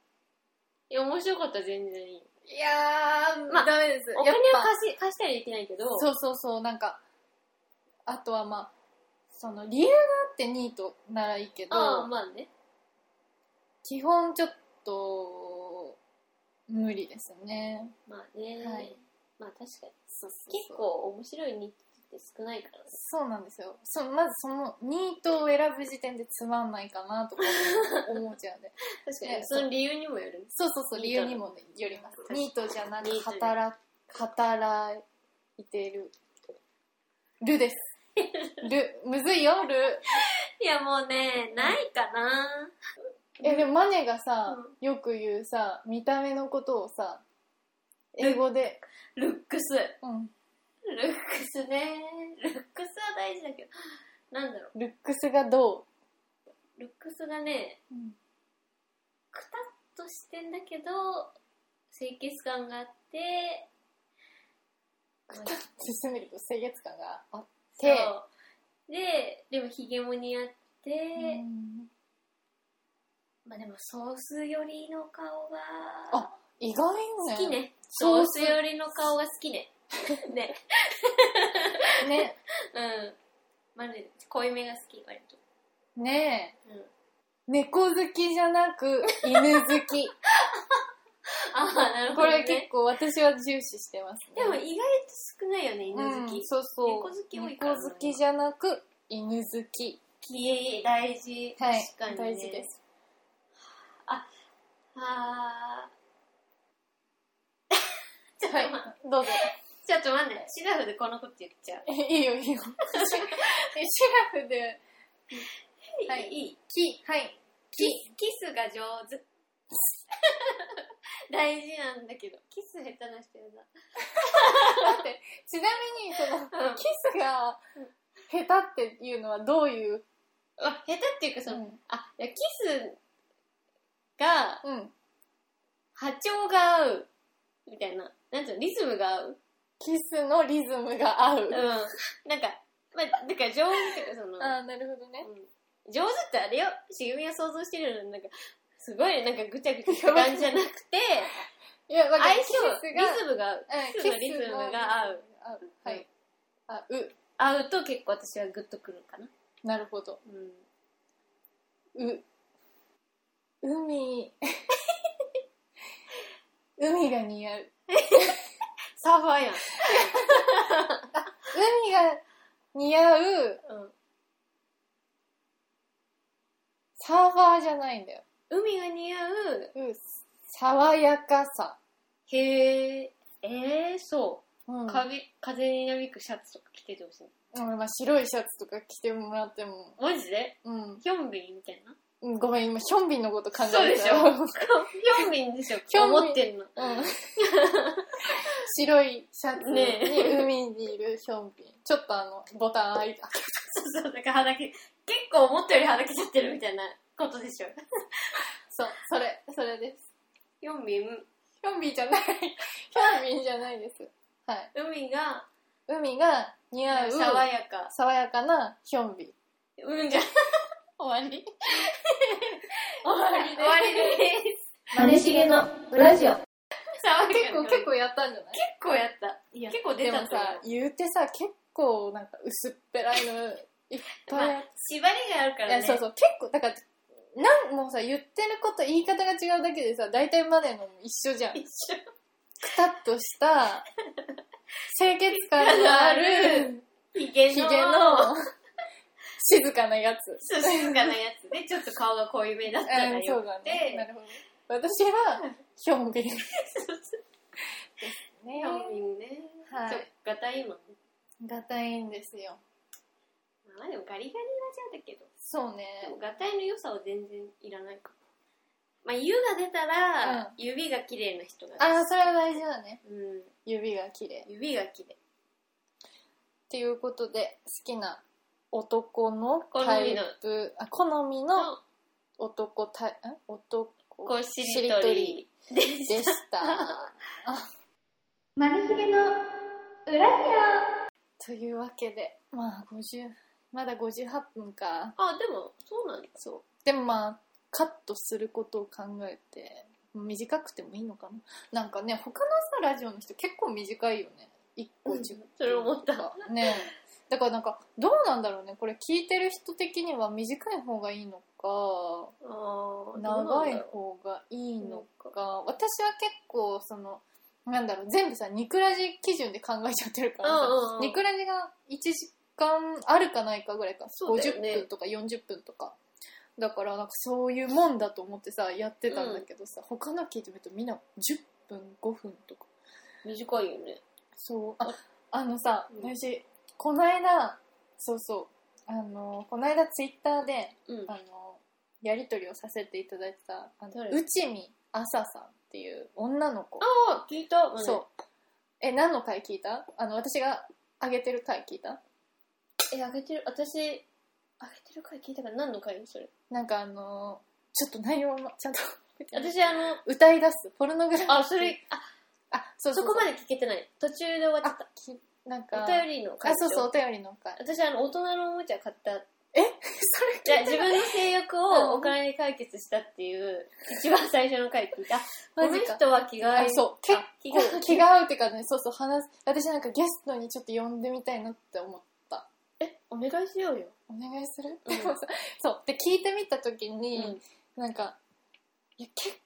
いや面白かったら全然いいいやー、まあダメです。お金をやっぱ貸し貸したりできないけどそうそうそう、なんか、あとはまあ、その理由があってニートならいいけど、ああまあね基本ちょっと、無理ですね。まあね、はいまあ確かにそうそうそう結構面白いニートって少ないからねそうなんですよそまずそのニートを選ぶ時点でつまんないかなとか思っちゃうんで確ねその理由にもよるそうそうそう理ニート由のにもよります確かにニートじゃなニくートじゃ働働いてるる でするむずいよるいやもうねないかなえでもマネがさうよく言うさ見た目のことをさ英語で、ルックスルうん、ックスねルックスは大事だけどなんだろルックスがどうルックスがねう、うんくたっとしてんだけど清潔感があって進めると清潔感があっそて、うででもひげも似合って、うんまあでもソース寄りの顔があ意外ね好きねソーソースス寄りの顔が好きね ねねうんまるで濃いめが好き割と、ねえうん、猫好きじゃなく犬好きあ あなるほこど、ね、れ結構私は重視してます、ね、でも意外と少ないよね犬好き、うんそうそう猫好き多いからな猫好きじゃなく犬好きき大事、はい確かに、ね、大事ですあー ちょっとは待いって、どうぞ ちょっと待ってシラフでこのこと言っちゃうえいいよ いいよシラフではいいい木はいキスキスが上手 大事なんだけどキス下手な人やだだってちなみにそのうんキスが下手っていうのはどういうあ下手っていうかその、うんあいやキスがうん波長が合うみたいななんていうのリズムが合うキスのリズムが合う、うんなんかまあだから上手っていうかその、ああなるほどねうん上手ってあれよ茂みを想像してるよりなんかすごいなんかぐちゃぐちゃした感じじゃなく ていやだ相から性キスがリズムが合うキスのリズムが合うははいい。あ、う。合うと結構私はグッとくるかななるほど。うんう。海 海が似合うサーファーやん。海が似合ううん。サーファーじゃないんだよ、海が似合う。うん、爽やかさ、へえ。えー、そうう。ん風風になびくシャツとか着ててほしい。うんまあ、白いシャツとか着てもらっても、マジでうんヒョンビンみたいなうん、ごめん今ヒョンビンのこと考えてたそうでしょヒョンビンでしょヒョンビン思ってんの。うん、白いシャツにね海にいるヒョンビンちょっとあのボタン開いたそうそう、だからはだけ、結構思ったよりはだけちゃってるみたいなことでしょ。そうそれそれですヒョンビン、ヒョンビンじゃないヒョンビンじゃないですはい海が海が似合う爽やか。爽やかなヒョンビンうんじゃ、終わり終わりりでですす。マネしげのラジオ。爽や結かな構結構やったんじゃない結構やった。いや結構出でもたと思さう。言うてさ結構なんか薄っぺらいのいっぱいあっまあ、縛りがあるからいね。やそうそう結構だからなんもうさ言ってること言い方が違うだけでさ大体までのも一緒じゃんく一緒たっと した清潔感があるひげの、ひげの静かなやつそう静かなやつで、ちょっと顔が濃いめだったらうんそようだくねなて、るほど私はヒョンビンですヒねョンビンね。はいちょっと、ガタイいいもんね。がたいんですよまあでもガリガリはじゃだけど、そうねでもガタイの良さは全然いらないかも。まあ、湯が出たうら、ん指が綺麗な人がああそれは大事だねうん、指が綺麗っ指が綺麗。ていうことで好きな男の好みのタイプあ好みのの、男たん男こう、しりとり。でしでした。マネしげのラジというわけで、まあ50、まだ58分か。あ、でも、そうなんだ。そう。でもまあ、カットすることを考えて、短くてもいいのかな。なんかね、他のさ、ラジオの人結構短いよね。1個10分。それ思った。ねだからなんか、どうなんだろうね。これ聞いてる人的には短い方がいいのか、あー長い方がいいのか私は結構そのなんだろう全部さニクラジ基準で考えちゃってるからさ、うんうんうんニクラジが1時間あるかないかぐらいか、そうだよ50ね分とか40分とかだからなんかそういうもんだと思ってさやってたんだけどさ、他の聞いてみるとみんな10分5分とか短いよね。そうああのさ、うん私この間そうそうあのこの間ツイッターで、うんあのやり取りをさせていただいたあの誰内海あささんっていう女の子あ、聞いた。うんそうえ何の回聞いたあの私が上げてる回聞いたえ、あげてる、私、あげてる回聞いたから何の回それ。なんかあのちょっと内容もちゃんと私、あの、歌い出 すポルノグラフィあ、それ、あ、あそうそそうこそうまで聞けてない。途中で終わっちゃっあきなんかた。お便りの回あでしょそうそうお便りの回私、あの、大人のおもちゃ買った。それじゃあ自分の性欲うんをお金で解決したっていう、一番最初の回聞いた。こ マのジか人は気が合あそう結あ気が合構気が合うっていうかねそうそう話す私なんかゲストにちょっと呼んでみたいなって思ったえ、お願いしようよ。お願いする、うんでもさそうで聞いてみた時うに、ん。なんか、いや、結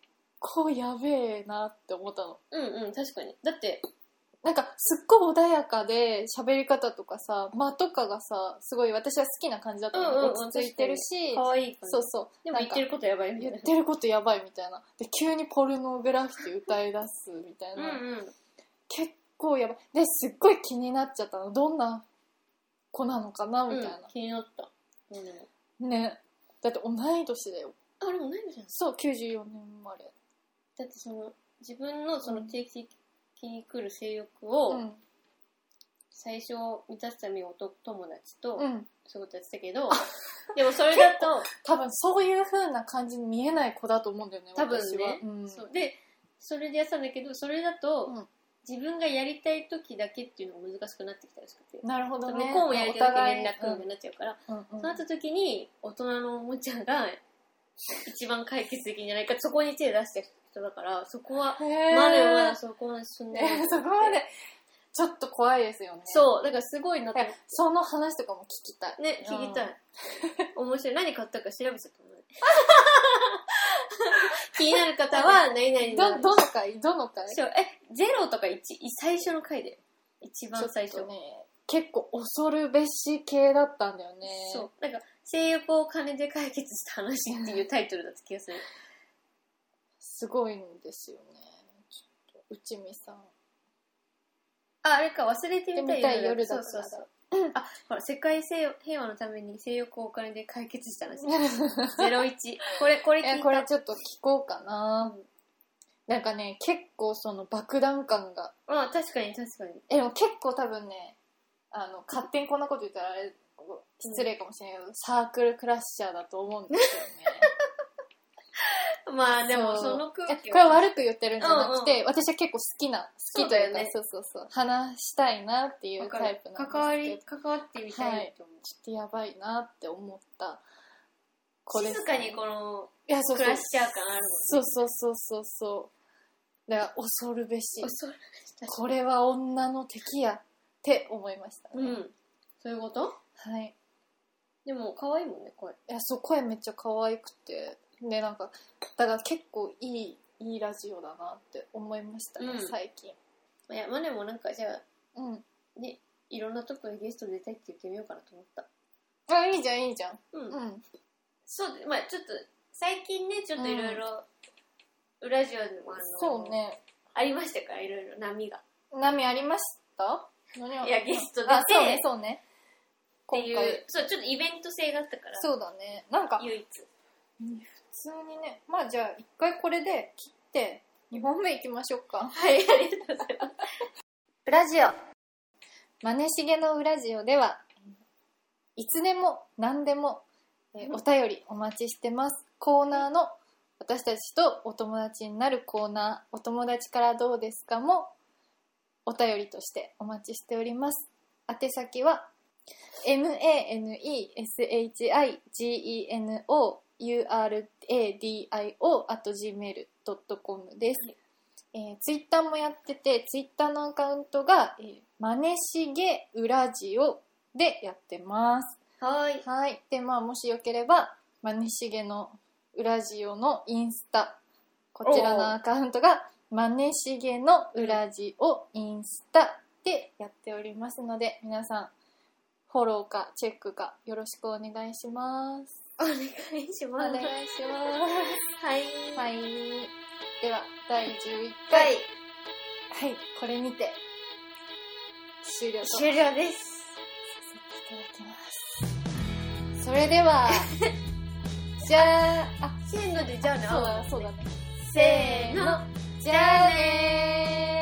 構やべえなって思ったの。うんうん、確かに。だって、なんか、すっごい穏やかで、喋り方とかさ、間とかがさ、すごい私は好きな感じだったの。うんうんうん落ち着いてるし、可愛い感じそうそう。でも言ってる。ることやばいみた言いなっ。てることやばいみたいな。で、急にポルノグラフィティ歌い出すみたいな。うんうん。結構やばい。で、すっごい気になっちゃったの。どんな子なのかなみたいうん気になった。うな。んね。だって同い年だよ。あれもないじゃん。そう、94年生まれ。だってその、自分のそのうん定期的に来る性欲うをん。最初満たすために男友達とうん。そういうことやってたけど、でもそれだと、多分そういう風な感じに見えない子だと思うんだよね多分私はね、うん、そうで、それでやってたんだけど、それだと、うん自分がやりたい時だけっていうのが難しくなってきたらしくて。なるほど向ねこうもやりたいお時に連絡互いみたいになっちゃうから、うんうんうんその後時に大人のおもちゃ が一番解決できるんじゃないかそこに手出した人だからそこはへーまだまだそこは進んでないえ そこまでちょっと怖いですよねそうだからすごいなっいやてその話とかも聞きたいね聞きたうん い面白い何買ったか調べちゃったもんね気になる方は、何々ど、どの回どの回そうえ、ゼロとか1、最初の回だよ。一番最ちょ初っと。ね、結構恐るべし系だったんだよね。そう。なんか、性欲を金で解決した話っていうタイトルだった気がする。すごいんですよね。ちょっと、内海さん。あ、あれか、忘れてみたいでみたい夜だそかうらそうそう。あ、ほら、世界平和平和のために性欲をお金で解決した話。ゼロ一。これ、これ 聞え、いこれた。ちょっと聞こうかな。うんなんかね、結構その爆弾感が。まあ、確かに確かに。え、でも結構多分ね、あの、勝手にこんなこと言ったらあれ、失礼かもしれないけど、サークルクラッシャーだと思うんですよね。まあ、でそも、うその空え気これは。悪く言ってるんじゃなくて、私は結構好きな、好きというか、そうだよねそうそうそう、話したいなっていうわかタイるプなんですけど。関わり、関わってみたいと思う。ちょっとやばいなって思った。これ静かにこの、いやそうクそうラッシャー感あるそうそうそうそうそう。だから恐るべしもん。。そこれは女の敵やって思いました、うねん。そういうことはい。でも、可愛いもんね、声。いや、そう、声めっちゃ可愛くて。で、なんか、だから結構いい、いいラジオだなって思いましたね、うん最近。いや、まあでもなんか、じゃあ、うん。ね、いろんなとこにゲスト出たいって言ってみようかなと思った。あ、いいじゃん、いいじゃん。うんうん。そうでまあちょっと最近ねちょっといろいろ裏ジオでもあのそうね。ありましたからいろいろ波が波ありました何をいやゲスト出てあ、そうね、そうね。ってい今う回そうちょっとイベント性があったからそうだね。なんか、唯一普通にねまあじゃあ一回これで切って2本目いきましょうか はいありがとうございますブラジオマネしげのウラジオではいつでも何でも、えーお便りお待ちしてますコーナーの私たちとお友達になるコーナーお友達からどうですかもお便りとしてお待ちしております宛先は maneshigenou.uradio.gmail.com です、えー、ツイッターもやっててツイッターのアカウントが、えー、マネしげうらじおでやってますはーいはいでまあもしよければマネしげのうらじおのインスタこちらのアカウントがマネしげのうらじおインスタでやっておりますので皆さんフォローかチェックかよろしくお願いしますお願いしおま願すいしますはいはいい。では、第11は回。いはい、これにて、終了とさせてい終了ですただきます。それでは、じゃあ、あ、せーのでじゃあねそうだ、そうだね。せーのじゃあねー。